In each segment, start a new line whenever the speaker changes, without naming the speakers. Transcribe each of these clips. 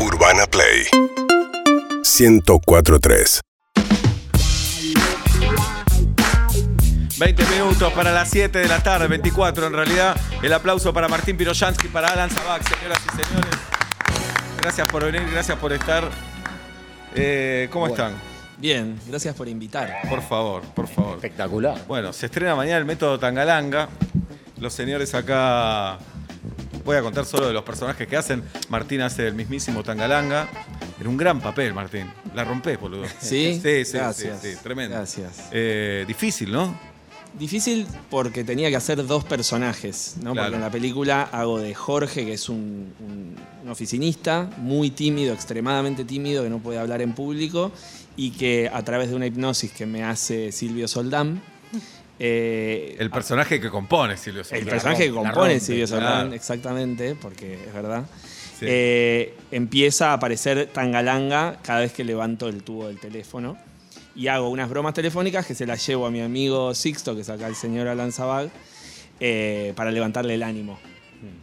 Urbana Play 1043
20 minutos para las 7 de la tarde, 24 en realidad. El aplauso para Martín Piroyansky, para Alan Zabak, señoras y señores. Gracias por venir, gracias por estar. Eh, ¿Cómo
Bueno.
están?
Bien, gracias por invitar.
Por favor, por favor.
Espectacular.
Bueno, se estrena mañana el método Tangalanga. Los señores acá. Voy a contar solo de los personajes que hacen. Martín hace el mismísimo Tangalanga. Era un gran papel, Martín. La rompés, boludo.
¿Sí?
Sí, sí,
Gracias.
sí, sí, tremendo.
Gracias.
Eh, difícil, ¿no?
Difícil porque tenía que hacer dos personajes, ¿no?
Claro.
Porque en la película hago de Jorge, que es un, un- un oficinista muy tímido, extremadamente tímido, que no puede hablar en público y que a través de una hipnosis que me hace Silvio Soldán, eh,
El personaje que compone, Silvio
El
Soldán.
personaje que
rompe, la
compone
rompe,
Silvio Soldán,
claro.
exactamente, porque es verdad.
Sí.
Eh, empieza a aparecer tangalanga cada vez que levanto el tubo del teléfono. Y hago unas bromas telefónicas que se las llevo a mi amigo Sixto, que es acá el señor Alan Zabag, eh, para levantarle el ánimo.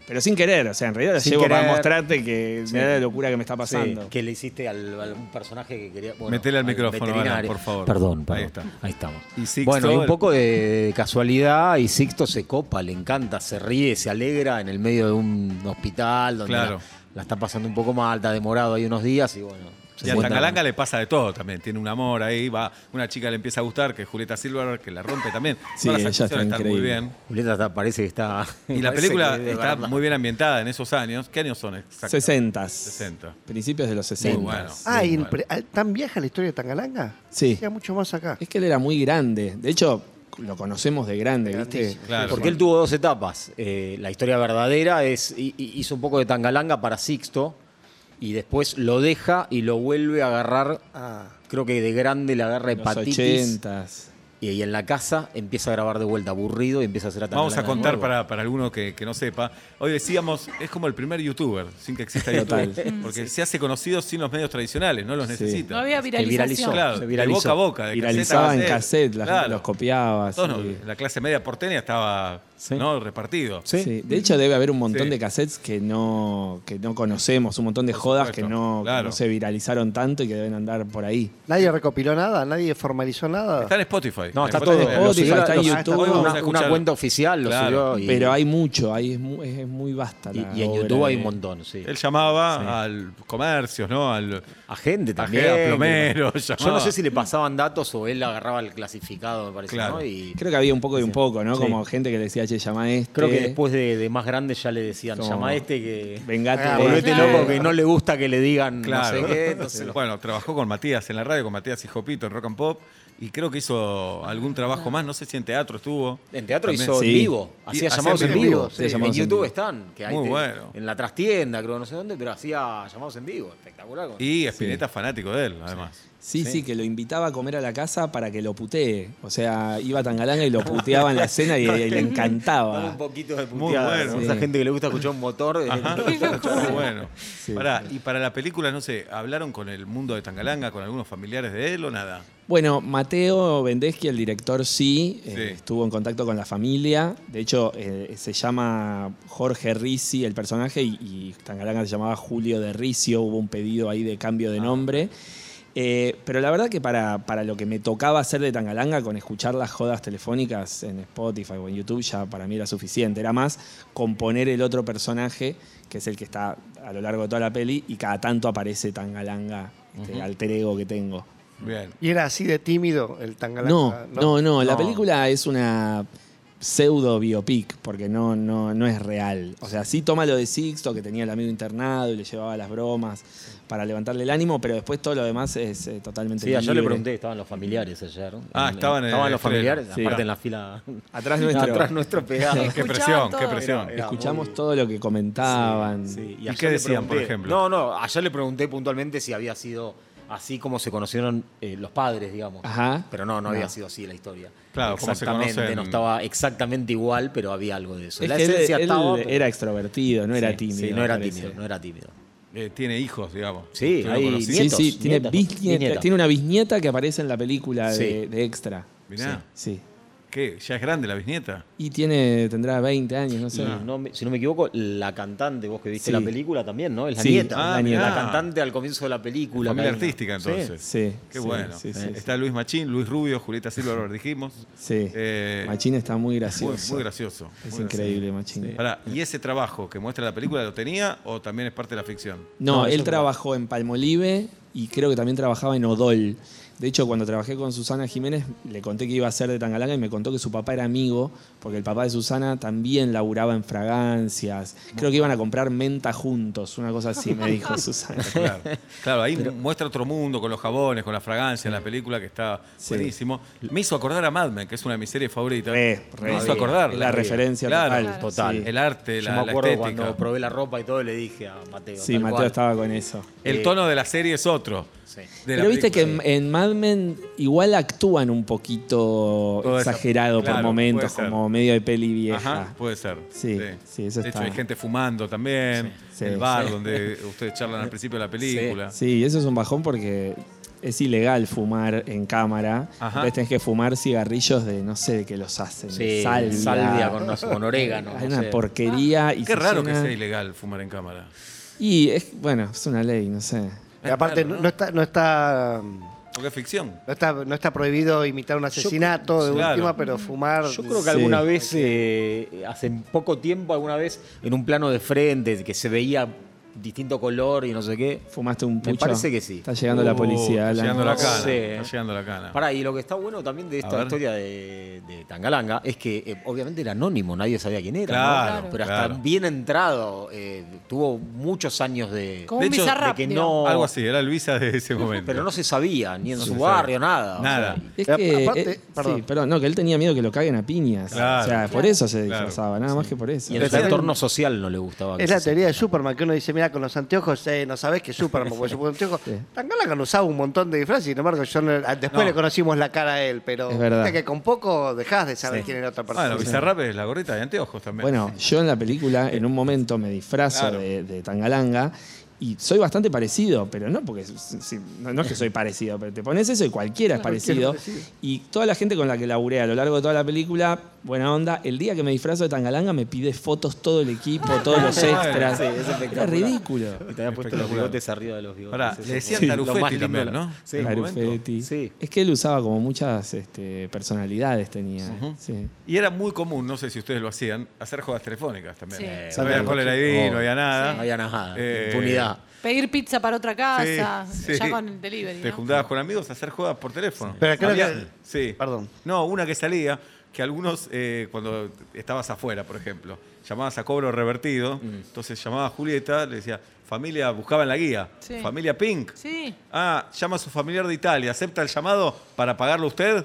Pero sin querer, o sea, en realidad las
Mm. Sin
llevo para
querer.
mostrarte que
Sí.
mira la locura que me está pasando.
Sí, que le hiciste al, al- un personaje que quería. bueno,
Metele al micrófono,
veterinario.
Alan, por favor.
Perdón, perdón.
Ahí
Ahí,
está.
estamos.
Y Sixto,
bueno, y
el-
un poco de, de casualidad. Y Sixto se copa, le encanta, se ríe, se alegra en el medio de un hospital donde
Claro.
la, la está pasando un poco mal, está demorado ahí unos días y bueno. se
Y a
encuentra-
Tangalanga le pasa de todo también. Tiene un amor ahí, va. Una chica le empieza a gustar, que es Julieta Silver, que la rompe también.
Sí,
Todas las
ella está
actuaciones están muy
increíble.
bien.
Julieta está- parece que está.
Y la
parece
película
que de
está
verdad.
muy bien ambientada en esos años. ¿Qué años son exactos?
60.
60.
Principios de los 60.
bueno.
Ah,
Sí,
y
bueno.
pre- ah, ¿tan vieja la historia de Tangalanga?
Sí.
Hacía mucho más acá.
Es que él era muy grande. De hecho, lo conocemos de grande, ¿viste?
Claro.
Porque él tuvo dos etapas. Eh, la historia verdadera es hi- hi- hizo un poco de tangalanga para Sixto y después lo deja y lo vuelve a agarrar.
Ah,
Creo que de grande le agarra
Los
hepatitis.
80s.
Y, y en la casa empieza a grabar de vuelta aburrido y empieza a hacer a tangalanga.
Vamos a contar
de nuevo.
para, para alguno que, que no sepa. Hoy decíamos, es como el primer youtuber, sin que exista YouTube.
Total.
Porque se hace conocido sin los medios tradicionales, no los
Sí.
necesita.
No había
viralización.
viralización.
Claro.
de
Se viralizó.
boca a boca. de
Viralizaba
cassette a
en cassette, la gente
Claro.
los copiaba.
Todos
sí.
nos- la clase media porteña estaba
Sí.
¿no? repartido.
Sí. De hecho, debe haber un montón
Sí.
de cassettes que no, que no conocemos, un montón de
Por
jodas
supuesto,
que no, que
claro.
no se viralizaron tanto y que deben andar por ahí.
nadie recopiló nada, nadie formalizó nada.
Está en Spotify.
No, está
En
todo.
Spotify,
lo subió a-
está en
lo-
YouTube.
Hoy vamos a
Una,
escuchar.
una cuenta oficial lo
Claro.
subió. Oh, Y,
Pero hay mucho, ahí es muy, es, es muy vasta.
y-
la
y en
obra
YouTube hay
de-
un montón, sí.
Él llamaba al comercios, ¿no? Al,
A gente también.
gente, a plomeros,
Yo
llamaba.
no sé si le pasaban datos o él agarraba el clasificado, me parece.
Claro.
¿no? Y
Creo que había un poco de un
Sí.
poco, ¿no?
Sí.
Como gente que le decía, che, llama a este.
creo que después de, de más grande ya le decían,
Como-
llama a este que...
Vengate.
Ah,
de
Volvete
este".
loco que no le gusta que le digan
Claro.
no sé qué. Entonces, lo-
Bueno, trabajó con Matías en la radio, con Matías y Jopito en Rock and Pop. Y creo que hizo algún trabajo más, no sé si en teatro estuvo.
en teatro
También.
hizo
Sí.
en vivo,
Y
hacía
hacía
llamados en
en
vivo.
vivo,
sí.
sí,
en
llamados en
YouTube
vivo.
están, que ahí
Muy
te-
bueno.
en la trastienda, creo, no sé dónde, pero hacía llamados en vivo, espectacular.
Y Espineta fanático de él, además.
Sí, sí, que lo invitaba a comer a la casa para que lo putee. O sea, iba a Tangalanga y lo puteaba en la cena y, y le encantaba.
Dame un poquito de
Muy
puteada.
bueno.
Esa
Sí.
gente que le gusta escuchar un motor. eh,
Ah, Muy bueno.
Sí.
Pará, y para la película, no sé, ¿hablaron con el mundo de Tangalanga, con algunos familiares de él o nada?
Bueno, Mateo Vendeschi, el director, sí, eh,
Sí.
estuvo en contacto con la familia. De hecho, eh, se llama Jorge Risi el personaje y, y Tangalanga se llamaba Julio de Ricio. Hubo un pedido ahí de cambio de nombre. Eh, pero la verdad que para, para lo que me tocaba hacer de Tangalanga, con escuchar las jodas telefónicas en Spotify o en YouTube, ya para mí era suficiente. Era más componer el otro personaje, que es el que está a lo largo de toda la peli, y cada tanto aparece Tangalanga, este alter ego que tengo.
Bien.
Y era así de tímido el
No,
Tangalanga.
no, no, La
No.
película es una pseudo biopic, porque no, no, no es real. O sea, sí toma lo de Sixto, que tenía el amigo internado y le llevaba las bromas para levantarle el ánimo, pero después todo lo demás es eh, totalmente
Sí, ayer
libre.
le pregunté, estaban los familiares ayer.
Ah, estaban en el
Estaban los
estreno.
familiares,
Sí.
aparte en la fila.
Atrás nuestro.
Atrás nuestro pegado.
Qué
Escuchaban
presión, qué
todo.
presión.
Era-
Escuchamos
muy-
todo lo que comentaban.
Sí,
¿Y
ayer
qué
le
decían, por
pregunté-
ejemplo?
No, no, ayer le pregunté puntualmente si había sido así como se conocieron eh, los padres, digamos.
Ajá.
Pero no, no, había
No.
sido así la historia.
Claro, cómo se
exactamente,
conocen.
no estaba exactamente igual, pero había algo de eso.
Es
la
que él-
esencia
él
estaba. pero-
era extrovertido, no
Sí,
era tímido.
Sí, no era
me parece.
tímido, no era tímido.
Eh, tiene hijos, digamos.
Sí,
Yo lo
hay
conocí.
Sí,
nietos,
sí, tiene,
nietos,
bisnieta-
bisnieta.
tiene una bisnieta que aparece en la película de,
Sí.
de Extra.
Mirá.
Sí.
Qué ¿Qué? ¿Ya es grande la bisnieta?
Y tiene, tendrá 20 años, no sé.
No.
No me- si no me equivoco, la cantante, vos que viste
Sí.
la película también, ¿no? Es la
Sí,
nieta.
ah,
la, nieta.
mirá.
La cantante al comienzo de la película.
Familia
Karina.
artística,
Sí.
entonces.
Sí.
Qué
sí,
bueno.
Sí, sí,
Eh, Está Luis Machín, Luis Rubio, Julieta Silva, lo dijimos.
sí.
Eh,
Machín está muy
muy,
gracioso.
muy gracioso.
Es
muy
increíble, Machín.
gracioso. Pará, ¿y ese trabajo que muestra la película lo tenía o también es parte de la ficción?
No,
No, eso
él
es
trabajó en Palmolive y creo que también trabajaba en Odol. De hecho, cuando trabajé con Susana Jiménez, le conté que iba a ser de Tangalanga y me contó que su papá era amigo, porque el papá de Susana también laburaba en fragancias. Creo que iban a comprar menta juntos, una cosa así, me dijo Susana.
Claro, claro ahí muestra otro mundo con los jabones, con la fragancia en la película que está
Sí.
buenísimo. Me hizo acordar a Mad Men, que es una de mis series favoritas.
Re, re.
Me hizo acordar.
Es la referencia
Claro,
total.
total.
Sí.
El arte,
Yo
la,
me
la
acuerdo
estética.
cuando probé la ropa y todo, le dije a Mateo.
Sí,
tal
Mateo
cual.
estaba con eso.
El
Eh,
tono de la serie es otro.
Sí.
de la
Pero viste que en,
película.
en Mad Men igual actúan un poquito
Todo eso.
exagerado por
Claro,
momentos,
puede ser.
como medio de peli vieja.
Ajá, puede ser.
Sí, sí, eso
De hecho,
está.
hay gente fumando también.
Sí,
el
sí.
bar donde ustedes charlan al principio de la película.
Sí, eso es un bajón porque es ilegal fumar en cámara.
Ajá.
Entonces tenés que fumar cigarrillos de no sé de qué los hacen.
Sí,
salvia.
salvia con, no sé, con orégano.
Hay
no
una
sé.
porquería y
Qué
se
raro que
llena-
sea ilegal fumar en cámara.
Y es, bueno, es una ley, no sé.
Y aparte,
Claro, ¿no?
no, no está, no está.
Porque es ficción.
No está, no está prohibido imitar un asesinato de
claro.
última, pero fumar.
Yo creo
Sí.
que alguna vez, eh, hace poco tiempo, alguna vez, en un plano de frente, que se veía distinto color y no sé qué.
¿Fumaste un pucho?
Me parece que sí.
Está llegando la
Uh, Está
policía, Alan.
llegando la
No
cana.
sé.
Está llegando la cana.
Pará, y lo que está bueno también de
Ah. A
esta
ver.
historia de, de Tangalanga es que eh, obviamente era anónimo, nadie sabía quién era. ¿no?
Claro,
Pero hasta
claro.
bien entrado, eh, tuvo muchos años de,
De
Como un
hecho,
bizarrap,
de que
digamos.
no.
Algo así, era Luisa de ese momento.
Pero no se sabía, ni en
No
su
se sabía.
barrio, nada. o sea,
Nada.
Es
Eh,
que,
aparte-
eh,
perdón.
sí, perdón, no, que él tenía miedo que lo caguen a piñas.
Claro.
o sea, por
Claro.
eso se
Claro.
disfrazaba, nada más que por eso.
y en el
Pero-
entorno social no le gustaba. que
Es la
se-
teoría de Superman, que uno dice, mira, con los anteojos, eh, no sabés que es Superman, porque yo con anteojos.
Sí.
Tangalanga usaba un montón de disfraces, sin embargo, yo no- después
No.
le conocimos la cara a él, pero
Es verdad.
viste que con poco dejás de saber quién era otra persona.
Bueno, Bizarrap es Ah, la gorrita de anteojos también.
Bueno, yo en la película, en un momento, me disfrazo
Claro.
de, de Tangalanga y soy bastante parecido, pero no porque si- si- no, no es que soy parecido, pero te pones eso y cualquiera es parecido. Y toda la gente con la que laburé a lo largo de toda la película, buena onda, el día que me disfrazo de Tangalanga me pide fotos todo el equipo, todos los extras.
Sí, es
Era
espectacular.
ridículo.
Y te había puesto
Espectacular.
los bigotes arriba de los bigotes.
Pará,
Eso
le
fue
decían
lo
Tarufetti
más lindo.
también, ¿no?
Sí.
¿En algún
Garufetti.
Sí.
Es que él usaba como muchas este, personalidades tenía. sí.
Y era muy común, no sé si ustedes lo hacían, hacer jodas telefónicas también.
Sí.
Eh, no
Sabe
había
la
cólera
noche.
ID,
Oh.
no había nada.
No había nada.
Eh,
Impunidad.
Pedir pizza para otra casa,
Sí, sí.
Ah, ya con el delivery.
Te
¿no?
juntabas con amigos a hacer jodas por teléfono.
Pero creo
Había-
que-
Sí.
Perdón.
No, una que salía, que algunos, eh, cuando estabas afuera, por ejemplo, llamabas a cobro revertido, entonces llamaba a Julieta, le decía, familia, buscaba en la guía,
Sí.
familia Pink.
Sí.
Ah, llama a su familiar de Italia, acepta el llamado para pagarlo usted.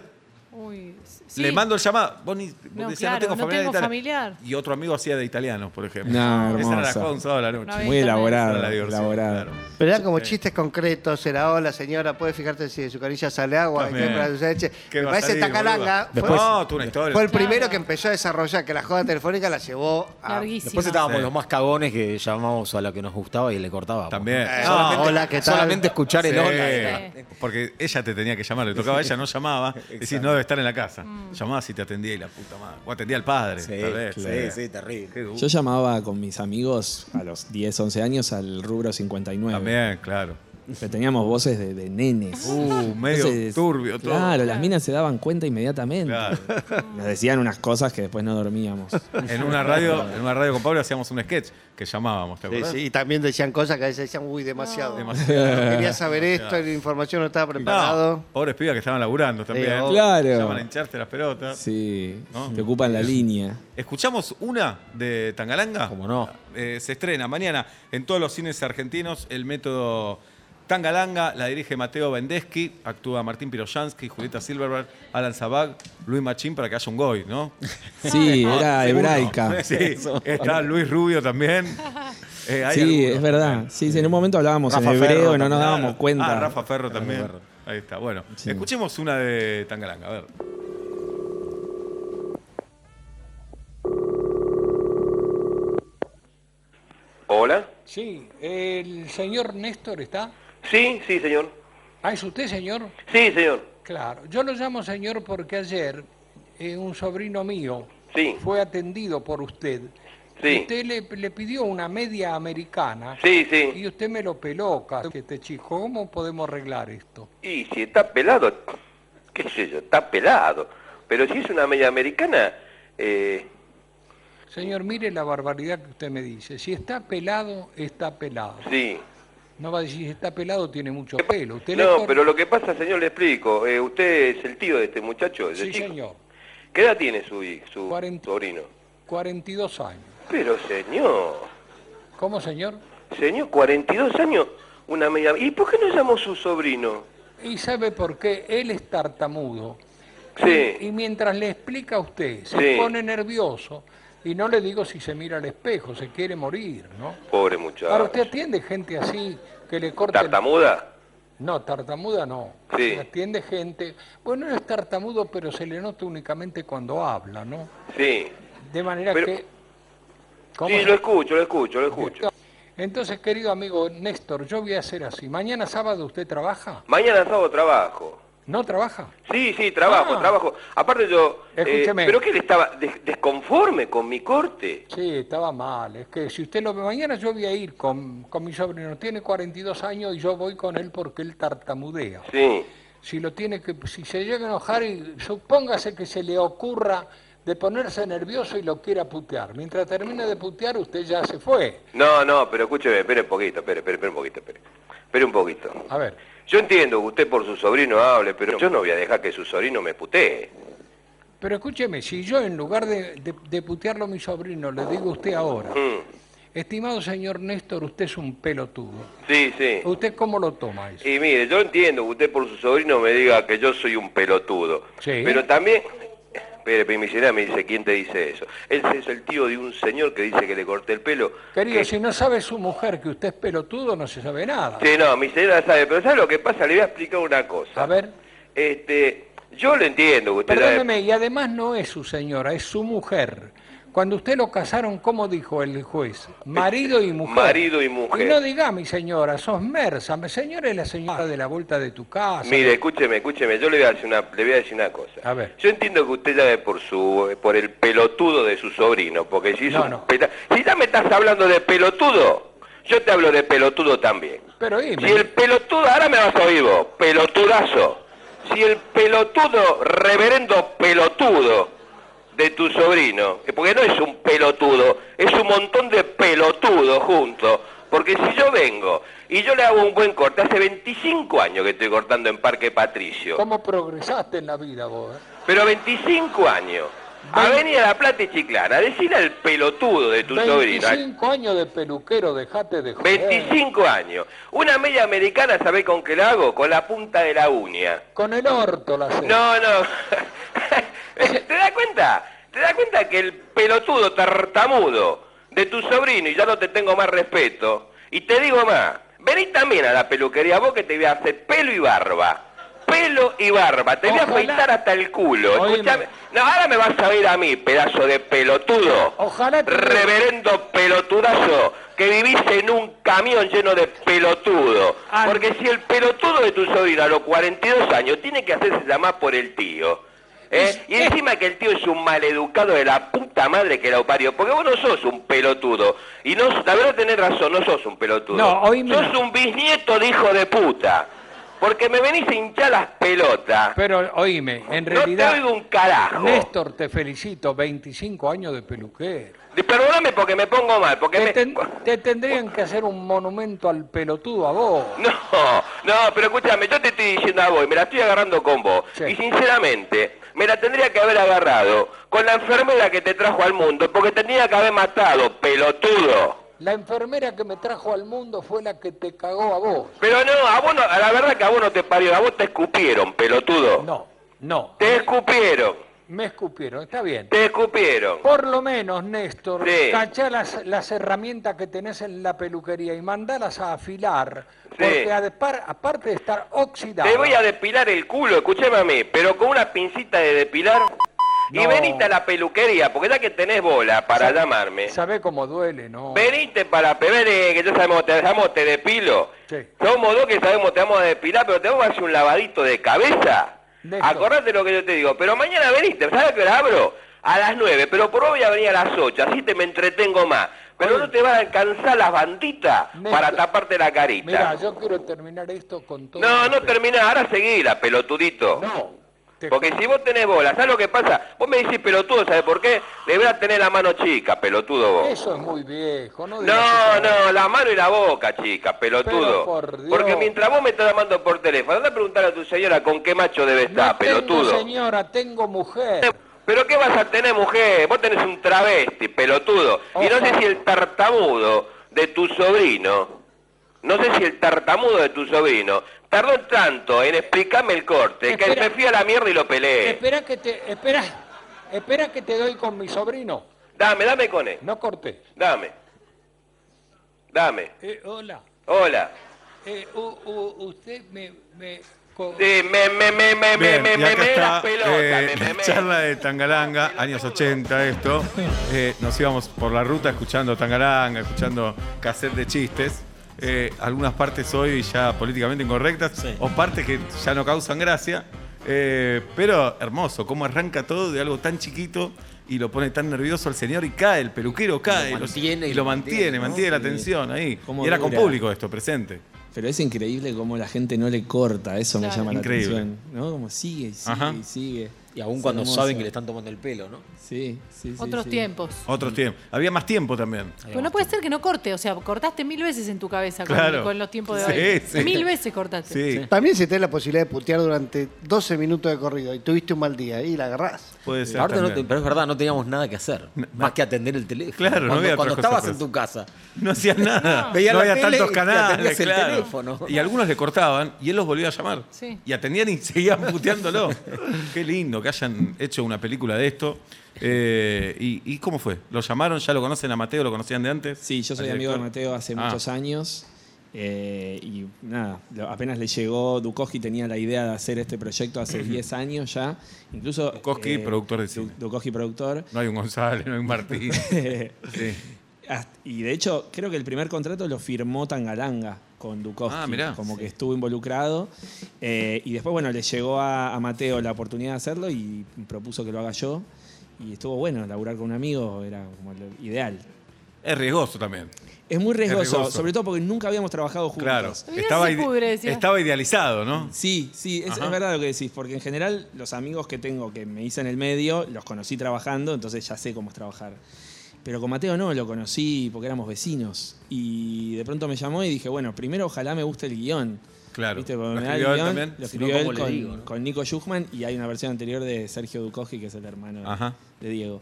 Uy. sí.
Le mando el llamado. Vos, ni- vos
No,
decías,
claro,
no tengo
no
familiar
tengo
de Italia.
familiar.
Y otro amigo hacía de italianos, por ejemplo.
No,
Esa era la
hermoso.
joda un sábado a la
Una
noche.
vez
Muy
también.
elaborado.
Esa era la diversión,
elaborado.
claro.
Pero eran como chistes concretos, era hola señora, puedes fijarte si de su carilla sale agua,
También.
etcétera, etcétera, etcétera.
¿Qué
Me
va a
parece
salir,
Tangalanga
boluda?
fue,
no, tú una historia.
fue el
Claro.
primero que empezó a desarrollar, que la joda telefónica la llevó a.
Larguísimo.
Después estábamos
Sí.
los más cagones que llamábamos a la que nos gustaba y le cortábamos. Ah,
También. Ah,
Eh,
No,
solamente- hola, ¿qué tal?
Solamente escuchar el
Sí.
hola. era-
Porque ella te tenía que llamar, le tocaba a ella, no llamaba. Decís, no debe estar en la casa. Llamabas y te atendía y la puta madre. O atendía al padre,
Sí,
tal vez. Eh,
sí, sí, terrible.
Qué duro.
Yo llamaba con mis amigos a los 10, 11 años al rubro 59.
También, claro.
Pero teníamos voces de, de nenes.
Uh, medio
Entonces,
turbio todo.
Claro, las minas se daban cuenta inmediatamente.
Claro.
Nos decían unas cosas que después no dormíamos.
En una radio, en una radio con Pablo hacíamos un sketch que llamábamos, ¿te
Sí,
acuerdas?
sí, y también decían cosas que a veces decían, uy, demasiado.
Demasiado.
Quería saber esto, la información no estaba preparado.
No, pobres pibas que estaban laburando también.
Sí,
claro.
Llaman a hincharte las pelotas.
Sí,
¿No?
te ocupan la línea.
¿Escuchamos una de Tangalanga?
Cómo no.
Eh, se estrena mañana en todos los cines argentinos el método Tangalanga, la dirige Mateo Bendeschi, actúa Martín Piroyansky, Julieta Silverberg, Alan Zabag, Luis Machín para que haya un goy, ¿no?
Sí, era
Seguro.
hebraica.
Sí, está Luis Rubio también. Eh, hay
Sí,
algunos.
es verdad. Sí, sí, en un momento hablábamos
Rafa
en hebreo
Ferro
y no nos
Claro.
dábamos cuenta.
Ah, Rafa Ferro también.
Ferro.
Ahí está, bueno.
Sí.
Escuchemos una de Tangalanga, a ver.
Hola.
Sí, el señor Néstor está.
Sí, sí, señor.
Ah, ¿es usted, señor?
Sí, señor.
Claro. Yo lo llamo señor porque ayer eh, un sobrino mío
Sí.
fue atendido por usted.
Sí.
Usted le, le pidió una media americana
Sí, sí.
y usted me lo peló, ca- este chico. ¿Cómo podemos arreglar esto?
Y si está pelado, qué sé yo, está pelado. Pero si es una media americana, eh,
Señor, mire la barbaridad que usted me dice. Si está pelado, está pelado.
sí.
No va a decir, está pelado, tiene mucho pelo. Usted le
No,
corta-
pero lo que pasa, señor, le explico. Eh, usted es el tío de este muchacho. de
Sí,
chico.
señor.
¿Qué edad tiene su, hi- su
Cuarenta.
sobrino?
42 años.
Pero, señor,
¿Cómo, señor?
señor, 42 años, una media... ¿Y por qué no llamó su sobrino?
¿Y sabe por qué? Él es tartamudo.
Sí.
Y, y mientras le explica a usted, se
Sí.
pone nervioso. Y no le digo si se mira al espejo, se quiere morir, ¿no?
Pobre
Ahora,
muchacho.
¿usted atiende gente así que le corta... el-
¿Tartamuda?
No, tartamuda no.
Sí.
Atiende gente... Bueno, no es tartamudo, pero se le nota únicamente cuando habla, ¿no?
Sí.
De manera
Pero-
que...
Sí, lo escucho, lo escucho, lo escucho.
Entonces, querido amigo Néstor, yo voy a hacer así. ¿Mañana sábado usted trabaja?
Mañana sábado trabajo.
¿No trabaja?
Sí, sí, trabajo,
Ah.
trabajo. Aparte yo... eh,
Escúcheme.
¿Pero qué él estaba des- desconforme con mi corte?
Sí, estaba mal. Es que si usted lo ve mañana, yo voy a ir con, con mi sobrino. Tiene 42 años y yo voy con él porque él tartamudea.
Sí.
Si lo tiene que, si se llega a enojar y supóngase que se le ocurra de ponerse nervioso y lo quiera putear. Mientras termine de putear, usted ya se fue.
No, no, pero escúcheme, espere un poquito, espere, espere, espere un poquito, espere. Espere un poquito.
A ver,
Yo entiendo que usted por su sobrino hable, pero yo no voy a dejar que su sobrino me putee.
pero escúcheme, si yo en lugar de, de- de putearlo a mi sobrino, le digo a usted ahora,
Mm,
estimado señor Néstor, usted es un pelotudo.
Sí, sí.
¿Usted cómo lo toma eso?
Y mire, yo entiendo que usted por su sobrino me diga que yo soy un pelotudo.
Sí.
Pero también... Espere, mi señora me dice, ¿quién te dice eso? Él es el tío de un señor que dice que le corté el pelo.
Querido,
que-
si no sabe su mujer que usted es pelotudo, no se sabe nada.
Sí, no, mi señora sabe, pero ¿sabe lo que pasa? Le voy a explicar una cosa.
A ver,
Este, yo lo entiendo que usted...
perdóneme, y además no es su señora, es su mujer. Cuando usted lo casaron, ¿cómo dijo el juez? Marido y mujer.
Marido y mujer.
Y no diga, mi señora, sos mersa. Mi señora es la señora de la vuelta de tu casa.
Mire, escúcheme, escúcheme, yo le voy a decir una, le voy a decir una cosa.
A ver.
Yo entiendo que usted llame por su por el pelotudo de su sobrino, porque si es
No,
un
no.
pela- si ya me estás hablando de pelotudo, yo te hablo de pelotudo también.
Pero eh,
Si
dime,
el pelotudo, ahora me vas a oír vos, pelotudazo. Si el pelotudo, reverendo pelotudo de tu sobrino, que porque no es un pelotudo, es un montón de pelotudos juntos. Porque si yo vengo y yo le hago un buen corte, hace 25 años que estoy cortando en Parque Patricio,
¿cómo progresaste en la vida vos? eh?
pero 25 años. Avenida La Plata y Chiclana, decirle al pelotudo de tu sobrino, eh. al
25 años de peluquero, dejate de joder.
25 años. Una media americana, ¿sabés con qué la hago? Con la punta de la uña.
Con el orto la sé.
No, no. ¿Te das cuenta? ¿Te das cuenta que el pelotudo tartamudo de tu sobrino, y ya no te tengo más respeto, y te digo más, vení también a la peluquería vos que te voy a hacer pelo y barba. Pelo y barba, te voy a
Ojalá.
afeitar hasta el culo.
Oíme.
Escuchame. No, ahora me vas a oír a mí, pedazo de pelotudo.
Ojalá te-
Reverendo pelotudazo, que vivís en un camión lleno de pelotudo.
Ah,
Porque si el pelotudo de tu sobrino a los 42 años tiene que hacerse llamar por el tío, ¿eh? y encima que el tío es un maleducado de la puta madre que lo parió, porque vos no sos un pelotudo, y no, la verdad tenés razón, no sos un pelotudo.
No, oíme
Sos
una-
un bisnieto de hijo de puta, porque me venís a hinchar las pelotas.
Pero oíme, en
No te
realidad,
oigo un carajo.
Néstor, te felicito, 25 años de peluquero.
Perdóname porque me pongo mal, porque
Te,
me...
ten- te tendrían que hacer un monumento al pelotudo a vos.
No, no, pero escúchame, yo te estoy diciendo a vos, y me la estoy agarrando con vos.
Sí.
Y sinceramente, me la tendría que haber agarrado con la enfermera que te trajo al mundo, porque te tenía que haber matado, pelotudo.
La enfermera que me trajo al mundo fue la que te cagó a vos.
Pero no, a vos no, a la verdad que a vos no te parió, a vos te escupieron, pelotudo.
No, no.
Te escupieron,
Me escupieron, está bien.
te escupieron.
Por lo menos, Néstor,
Sí.
cachá las, las herramientas que tenés en la peluquería y mandalas a afilar. Porque adepar- aparte de estar oxidado.
Te voy a depilar el culo, escúchame a mí, pero con una pincita de depilar. Y
No.
venite a la peluquería, porque ya que tenés bola para llamarme.
¿Sabe cómo duele, no?
Veniste para peber, eh, que ya sabemos, te dejamos, te depilo.
Sí.
Somos dos que sabemos, te vamos a depilar, pero te vamos a hacer un lavadito de cabeza
Néstor.
Acordate lo que yo te digo. Pero mañana veniste, ¿sabes a qué hora abro? A las 9, pero por hoy voy a venir a las 8, así te me entretengo más. Pero no te van a alcanzar las banditas
Néstor.
para taparte la carita.
Mira, yo quiero terminar esto con todo.
no, no
respeto.
termina, ahora seguila, pelotudito.
No. te-
Porque si vos tenés bola, ¿sabes lo que pasa? Vos me decís pelotudo, ¿sabes por qué? Deberás tener la mano chica, pelotudo vos.
Eso es muy viejo. No, digas
No,
eso.
no, la mano y la boca, chica, pelotudo.
Pero por Dios.
Porque mientras vos me estás llamando por teléfono, anda a preguntar a tu señora con qué macho debe
No
estar, pelotudo.
Tengo señora, tengo mujer.
Pero qué vas a tener, mujer, vos tenés un travesti, pelotudo. Y no sé si el tartamudo de tu sobrino, no sé si el tartamudo de tu sobrino tardó tanto en explicarme el corte, que
Espera.
me fui a la mierda y lo peleé.
Espera que te, espera, espera que te doy con mi sobrino.
Dame, dame con él,
No corté.
dame. Dame.
Eh, hola.
Hola.
Eh, u- u- usted me, me co-
Sí, me, me, me, me, me,
Bien,
me,
y acá
me, me
está,
las pelotas,
eh,
me, me,
la
me.
charla de Tangalanga, años 80 esto. Eh, nos íbamos por la ruta escuchando Tangalanga, escuchando cassette de chistes. Eh, algunas partes hoy ya políticamente incorrectas
Sí.
o partes que ya no causan gracia. Eh, pero hermoso, cómo arranca todo de algo tan chiquito y lo pone tan nervioso al señor y cae, el peluquero cae.
Lo
los-
mantiene,
y lo mantiene, mantiene,
¿no?
la
Sí.
tensión ahí.
Cómo
Y era con
dura.
público esto, presente.
Pero es increíble cómo la gente no le corta, eso me
Claro.
llama
Increíble.
la atención. ¿no? Como sigue y sigue
Ajá.
y sigue.
Y aún
Es
cuando
hermoso.
saben que le están tomando el pelo, ¿no?
Sí, sí, sí,
Otros
sí.
tiempos.
Otros tiempos. Había más tiempo también.
Pero no puede ser que no corte, o sea, cortaste mil veces en tu cabeza con,
Claro.
con los tiempos de
Sí,
hoy.
sí.
Mil veces cortaste.
Sí,
También si tenés la posibilidad de putear durante 12 minutos de corrido y tuviste un mal día y la agarrás.
puede ser.
Ahora no
también.
te- pero es verdad, no teníamos nada que hacer. Más que atender el teléfono.
Claro, no
cuando,
había otra
cuando
cosa
estabas
para
en tu casa.
No hacías nada.
No. Veía
no
la
había
tele
tantos
y
canales.
atendías el
claro.
teléfono.
Y algunos le cortaban y él los volvía a llamar.
Sí.
Y atendían y seguían puteándolo. Qué lindo que hayan hecho una película de esto. Eh, y, y cómo fue? ¿Lo llamaron? ¿Ya lo conocen a Mateo? ¿Lo conocían de antes?
Sí, yo soy
¿Al
amigo de
director?
Mateo hace
Ah.
muchos años. eh, y nada, lo- apenas le llegó, Dukoski tenía la idea de hacer este proyecto hace 10 años ya. Incluso. eh,
Dukoski, productor de cine.
Du- Dukoski, productor.
No hay un González, no hay un Martín. Sí.
Hasta- Y de hecho, creo que el primer contrato lo firmó Tangalanga con Dukovsky.
Ah, mirá.
Como que estuvo involucrado. Eh, y después, bueno, le llegó a, a Mateo la oportunidad de hacerlo y propuso que lo haga yo. Y estuvo bueno, laburar con un amigo era como lo ideal.
Es riesgoso también.
Es muy riesgoso,
riesgoso.
sobre todo porque nunca habíamos trabajado juntos.
Claro.
Mira
Estaba,
ese
ide-
pobre, decía.
estaba idealizado, ¿no?
Sí, sí, es,
Ajá.
es verdad lo que decís, porque en general los amigos que tengo que me hice en el medio, los conocí trabajando, entonces ya sé cómo es trabajar. Pero con Mateo no, lo conocí porque éramos vecinos. Y de pronto me llamó y dije, bueno, primero ojalá me guste el guión.
Claro.
¿Viste? Porque
¿Lo
me da
escribió
el
él
guión,
también?
Lo
Si no,
escribió él
¿cómo le
con,
digo, no?
con Nico Yuchman y hay una versión anterior de Sergio Dukoski, que es el hermano de-
Ajá.
de Diego.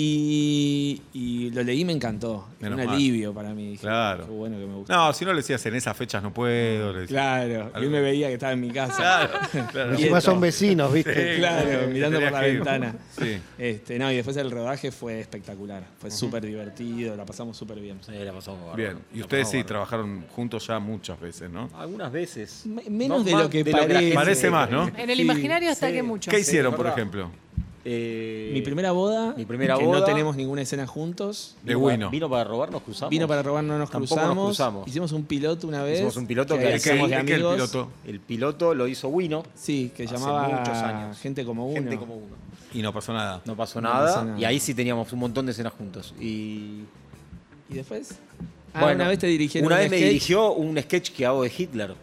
Y, y lo leí y me encantó. Fue
Menos
un
mal.
alivio para mí. Dije,
Claro.
Qué bueno que me gusta.
No, si no le decías en esas fechas no puedo. le decías.
Claro, yo
Algo.
me veía que estaba en mi casa.
Claro, claro.
Y
Encima
esto.
son vecinos, ¿viste?
Sí,
eh,
Claro, mirando por
tenías
la
que ir.
ventana.
Sí.
Este, no, y después el rodaje fue espectacular. Fue súper divertido, la pasamos súper bien.
Sí, la pasamos bárbaro.
Bien, y
La
ustedes sí
pasamos bárbaro.
trabajaron juntos ya muchas veces, ¿no?
Algunas veces.
Me- menos
No
de
más
lo que
de lo que la
parece.
gente-
Parece más, ¿no?
En el
Sí,
imaginario hasta
sí.
que mucho.
¿Qué hicieron, por
verdad.
ejemplo?
Eh,
Mi primera boda.
Mi primera
que
boda.
No tenemos ninguna escena juntos.
De
para-
Wino.
Vino para robarnos, cruzamos.
Vino para robar, no nos
Tampoco
cruzamos.
nos cruzamos.
Hicimos un piloto una vez.
Hicimos un piloto que-
ahí
Es que,
somos de
es que el
amigos.
piloto.
El piloto lo hizo Wino.
Sí, que
Hace
llamaba
muchos años.
gente como uno.
Gente como uno.
Y no pasó nada.
No pasó
No
nada.
pasó nada.
Y ahí sí teníamos un montón de escenas juntos. Y.
Y después. Ah,
bueno,
una vez te dirigieron.
Una
un
vez me
sketch.
dirigió un sketch que hago de Hitler.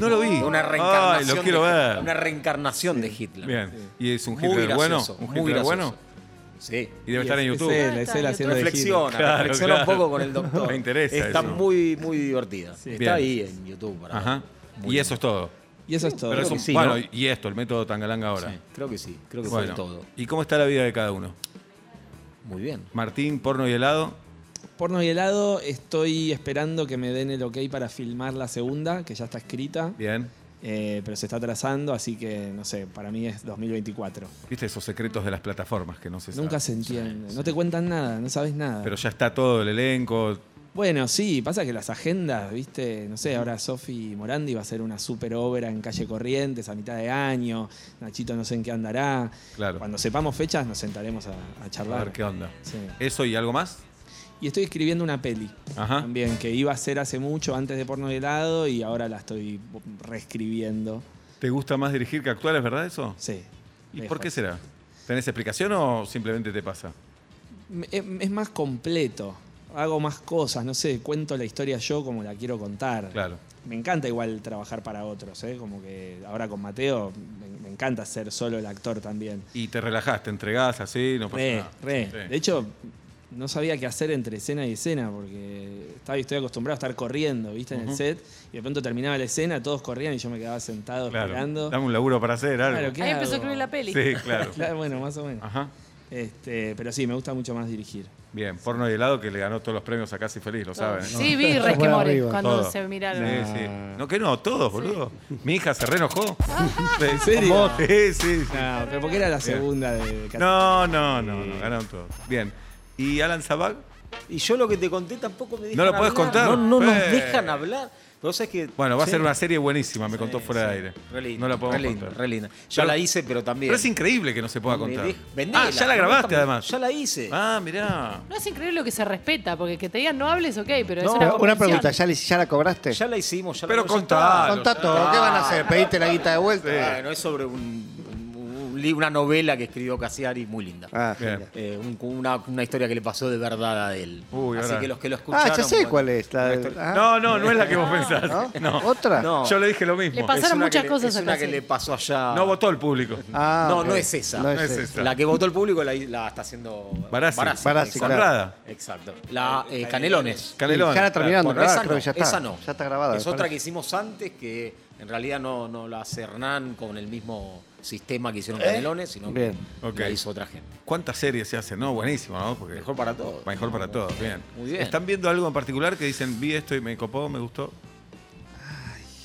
No lo vi.
Una
Ay,
reencarnación.
lo quiero
de,
ver.
Una reencarnación de Hitler.
Bien. ¿Y es un
Muy
Hitler bueno?
gracioso,
¿Un
muy
Hitler bueno?
gracioso. Sí.
Y debe
Y
estar en
es- es
YouTube.
él, es él
Ah,
haciendo de
Reflexiona,
Hitler. Claro,
reflexiona
claro.
un poco con el doctor.
Me interesa
Está
eso.
muy, muy divertida.
Bien.
Está ahí en YouTube. Para
Ajá.
ver.
Y eso es todo.
Hitler. Y eso es todo.
Pero es
que
un-
sí,
bueno,
¿no?
y esto, el método Tangalanga ahora.
Sí, creo que sí. Creo que
Bueno,
fue todo.
¿y cómo está la vida de cada uno?
Muy bien.
Martín, porno y helado.
Porno y helado, estoy esperando que me den el ok para filmar la segunda, que ya está escrita,
Bien.
eh, pero se está atrasando, así que no sé, para mí es 2024.
¿Viste esos secretos de las plataformas que no se saben?
Nunca se entiende, no te cuentan nada, no sabes nada.
Pero ya está todo el elenco.
bueno, sí, pasa que las agendas, viste, no sé, ahora Sofi Morandi va a hacer una super obra en Calle Corrientes a mitad de año, Nachito no sé en qué andará.
Claro.
Cuando sepamos fechas nos sentaremos a, a
A
charlar.
ver qué onda.
Sí.
¿Eso y algo más?
Y estoy escribiendo una peli
Ajá.
también, que iba a ser hace mucho antes de Porno de Helado y ahora la estoy reescribiendo.
¿Te gusta más dirigir que actuar? ¿Es verdad eso?
Sí.
¿Y
Lejos.
por qué será? ¿Tenés explicación o simplemente te pasa?
Me- Es es más completo. Hago más cosas, no sé, cuento la historia yo como la quiero contar.
Claro.
Me encanta igual trabajar para otros, ¿eh? como que ahora con Mateo me, me encanta ser solo el actor también.
Y te relajás, te entregás así, no pasa
Re,
nada.
re.
Sí.
De hecho, no sabía qué hacer entre escena y escena porque estaba, estoy acostumbrado a estar corriendo, ¿viste? En el set y de pronto terminaba la escena, todos corrían y yo me quedaba sentado
Claro.
esperando.
Dame un laburo para hacer algo.
Claro, ¿qué
Ahí empezó
hago?
a escribir la peli.
Sí, Ah. claro.
Claro, bueno, más o menos.
Ajá.
Este, pero sí, me gusta mucho más dirigir.
Bien, porno y helado que le ganó todos los premios a Casi Feliz, lo saben. ¿no?
Sí, vi
Bueno,
resquemores
arriba.
cuando
Todo.
se miraron.
Sí, sí. No, que no, todos, boludo. Mi hija se reenojó. ¿En
serio?
Sí, sí. sí.
No, pero porque era la segunda de Cat-
No, no, no, no, ganaron todos. Bien. ¿Y Alan Zabag?
Y yo lo que te conté tampoco me dejan
lo podés
hablar.
contar.
No, no nos
Eh.
dejan hablar. Pero sabes que.
Bueno, va a
Sí.
ser una serie buenísima, me contó fuera de aire.
Re linda,
no la podemos
re linda,
contar.
re linda. Yo
Pero-
la hice, pero también.
Pero es increíble que no se pueda
Me
contar.
dej- vendela,
Ah, ya la
no,
grabaste
también.
además.
Ya la hice.
Ah, mirá.
No es increíble lo que se respeta, porque que te digan no hables, ok, pero
No,
es una
pero
Pero Una
convención.
pregunta, ¿ya, le- ya la cobraste?
Ya la hicimos, ya
Pero
la ya está.
contalo.
Contá todo, ¿qué van a hacer? ¿Pediste la guita de vuelta?
Ah, no, es sobre un- un- un li- una novela que escribió Casiari muy linda.
Ah,
Bien.
genial.
Eh, un- una, una historia que le pasó de verdad a él.
Uy,
Así
ahora-
que los que lo escucharon.
Ah, ya sé
bueno,
cuál es. la-
una historia-
ah,
No, no, no es la que vos pensás.
Ah,
¿no?
No.
¿Otra?
No.
Yo le dije lo mismo.
Le pasaron
una
muchas
que le-
cosas
Es
a
una que
Casiari.
le pasó allá.
No votó el público.
Ah,
no,
ok.
no es esa.
No
No
es
es
esa.
esa.
La que votó el público la, la está haciendo.
Barassi.
Barassi, claro.
Conrada.
Exacto. La eh, Canelones.
Canelón.
Ya la terminaron,
Bueno,
¿verdad?
esa,
Ah, Creo
no,
que ya está.
esa no.
Ya está grabada.
Es otra que hicimos antes que en realidad no, no la hace Hernán con el mismo sistema que hicieron Canelones, sino que
¿Eh? Bien.
Ok.
la hizo otra gente.
¿Cuántas series se hacen? No, buenísimo, ¿no? Porque
Mejor para todos.
Mejor para todos, bien.
Muy bien.
¿Están viendo algo en particular que dicen, vi esto y me copó, me gustó?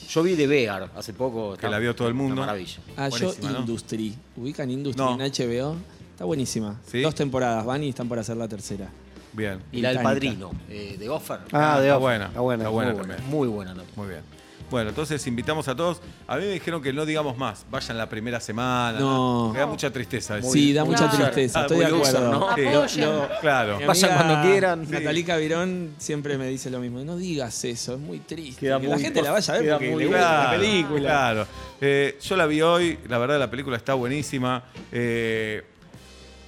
Yo vi de Bear hace poco.
Que la vio todo el mundo.
Una maravilla.
Ah, yo
Buenísima, ¿no?
Industry. ¿Ubican Industry
No.
en HBO? Está buenísima.
¿Sí?
Dos temporadas van y están por hacer la tercera.
Bien.
Y la del
Británica.
padrino, eh, de Offer.
Ah, de
está
off.
buena.
Está buena.
Está buena también.
Muy buena nota.
Muy bien. Bueno, entonces invitamos a todos. A mí me dijeron que no digamos más. Vayan la primera semana.
No.
Me da mucha tristeza eso.
Sí, da mucha
Claro.
tristeza.
Ah,
Estoy
muy
de
loser,
acuerdo.
¿no? Sí.
Apoyen.
Claro.
Mi
Vayan
amiga
cuando quieran.
Natalica Virón siempre me dice lo mismo. No digas eso, es muy triste.
Queda
que la
muy
gente la vaya a ver
queda
porque
muy
le gusta la
Claro,
película.
Claro. Eh, yo la vi hoy, la verdad la película está buenísima. Eh,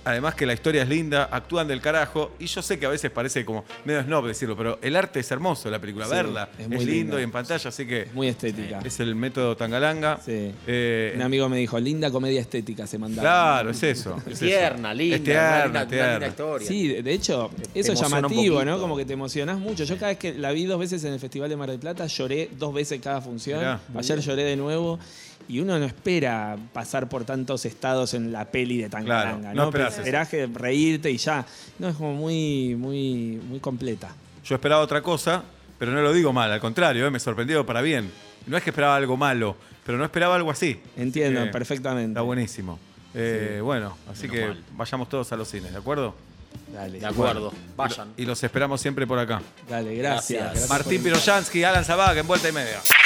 además que la historia es linda, actúan del carajo. Y yo sé que a veces parece como medio snob decirlo, pero el arte es hermoso, la película,
Sí,
verla.
es
Es,
muy
lindo,
lindo.
y en pantalla, así que
Es muy estética.
es el método Tangalanga.
Sí.
Eh,
Un amigo me dijo, linda comedia estética se mandaba.
claro, es eso. es eso.
Tierna, linda.
Es
una
tierna,
linda- una
tierna.
linda historia.
Sí, de hecho,
Te
eso es
emociona un
llamativo,
poquito.
¿no? Como que te emocionás mucho. Yo cada vez que la vi dos veces en el Festival de Mar del Plata, lloré dos veces cada función.
Mirá.
Ayer lloré de nuevo. Y uno no espera pasar por tantos estados en la peli de Tangalanga,
Claro, no
¿no?
esperás eso.
Esperás que reírte y ya. No, es como muy, muy, muy completa.
Yo esperaba otra cosa, pero no lo digo mal, al contrario, eh, me sorprendió para bien. No es que esperaba algo malo, pero no esperaba algo así. Eh,
Entiendo
Así que
perfectamente.
Está buenísimo. Eh, Bueno, así
Menos
que
mal.
vayamos todos a los cines, ¿de acuerdo?
Dale,
De acuerdo. Vayan.
Y los esperamos siempre por acá.
dale, gracias.
Gracias.
gracias
Martín
por-
Piroyansky, Alan Zabag, en vuelta y media.